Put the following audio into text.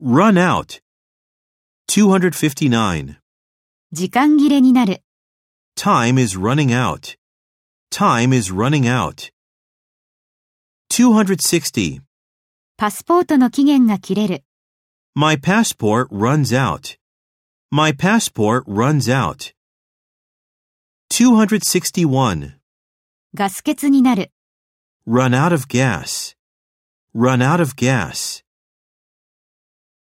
Run out. 259. 時間切れになる。 Time is running out. Time is running out. 260. パスポートの期限が切れる。 My passport runs out. My passport runs out. 261. ガス欠になる。 Run out of gas. Run out of gas.